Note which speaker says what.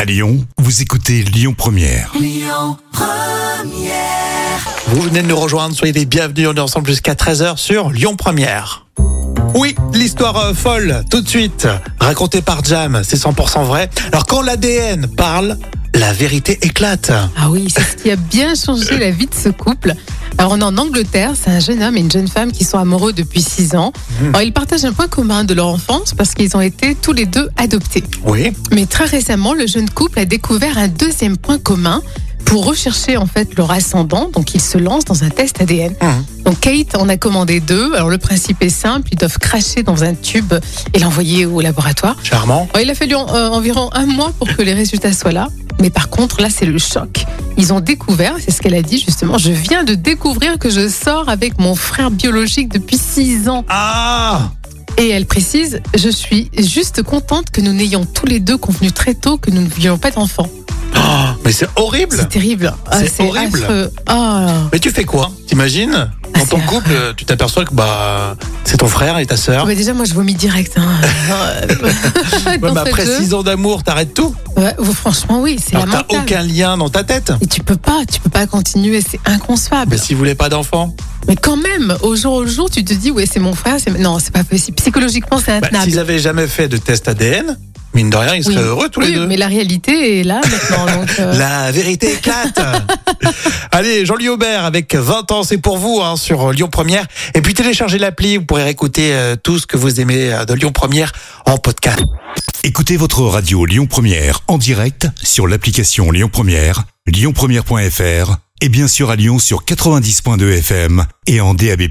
Speaker 1: À Lyon, vous écoutez Lyon Première.
Speaker 2: Vous venez de nous rejoindre, soyez les bienvenus, on est ensemble jusqu'à 13h sur Lyon Première. Oui, l'histoire euh, folle, tout de suite, racontée par Jam, c'est 100% vrai. Alors quand l'ADN parle, la vérité éclate.
Speaker 3: Ah oui, c'est ce qui a bien changé la vie de ce couple. Alors on est en Angleterre, c'est un jeune homme et une jeune femme qui sont amoureux depuis 6 ans. Alors ils partagent un point commun de leur enfance parce qu'ils ont été tous les deux adoptés.
Speaker 2: Oui,
Speaker 3: Mais très récemment, le jeune couple a découvert un deuxième point commun pour rechercher en fait leur ascendant. Donc ils se lancent dans un test ADN.
Speaker 2: Mhm.
Speaker 3: Donc Kate en a commandé deux. Alors le principe est simple, ils doivent cracher dans un tube et l'envoyer au laboratoire.
Speaker 2: charmant.
Speaker 3: Ouais, Il a fallu en- euh, environ un mois pour que les résultats soient là. Mais par contre, là, c'est le choc. Ils ont découvert, c'est ce qu'elle a dit justement, je viens de découvrir que je sors avec mon frère biologique depuis six ans.
Speaker 2: Ah
Speaker 3: Et elle précise, je suis juste contente que nous n'ayons tous les deux convenu très tôt que nous ne voulions pas d'enfants.
Speaker 2: Ah, Mais c'est horrible
Speaker 3: C'est terrible. Ah,
Speaker 2: C'est horrible.
Speaker 3: affreux. Ah.
Speaker 2: Mais tu fais quoi T'imagines Dans
Speaker 3: c'est
Speaker 2: ton
Speaker 3: vrai.
Speaker 2: couple, tu t'aperçois que bah c'est ton frère et ta sœur.
Speaker 3: Ouais, déjà, moi, je vomis direct. hein.
Speaker 2: Ah. Ouais,
Speaker 3: Dans
Speaker 2: mais
Speaker 3: ce
Speaker 2: après
Speaker 3: jeu.
Speaker 2: 6 ans d'amour, t'arrêtes tout.
Speaker 3: Ouais, vous, franchement, oui, c'est
Speaker 2: Alors, T'as
Speaker 3: lamentable.
Speaker 2: aucun lien dans ta tête.
Speaker 3: Et tu peux pas, tu peux pas continuer, c'est inconcevable.
Speaker 2: Mais s'il voulait pas d'enfant,
Speaker 3: Mais quand même, au jour au jour, tu te dis, ouais, c'est mon frère, c'est... non, c'est pas possible. Psychologiquement, c'est
Speaker 2: bah,
Speaker 3: intenable.
Speaker 2: s'ils avaient jamais fait de test ADN, mine de rien, ils
Speaker 3: Oui.
Speaker 2: seraient heureux tous les
Speaker 3: oui,
Speaker 2: deux.
Speaker 3: mais la réalité est là maintenant. donc, euh,
Speaker 2: La vérité éclate. Allez, Jean-Louis Aubert avec 20 ans, c'est pour vous hein, sur Lyon Première. Et puis téléchargez l'appli, vous pourrez écouter tout ce que vous aimez euh, de Lyon Première en podcast.
Speaker 1: Écoutez votre radio Lyon Première en direct sur l'application Lyon Première, lyonpremière.fr et bien sûr à Lyon sur 90.2 FM et en DAB+.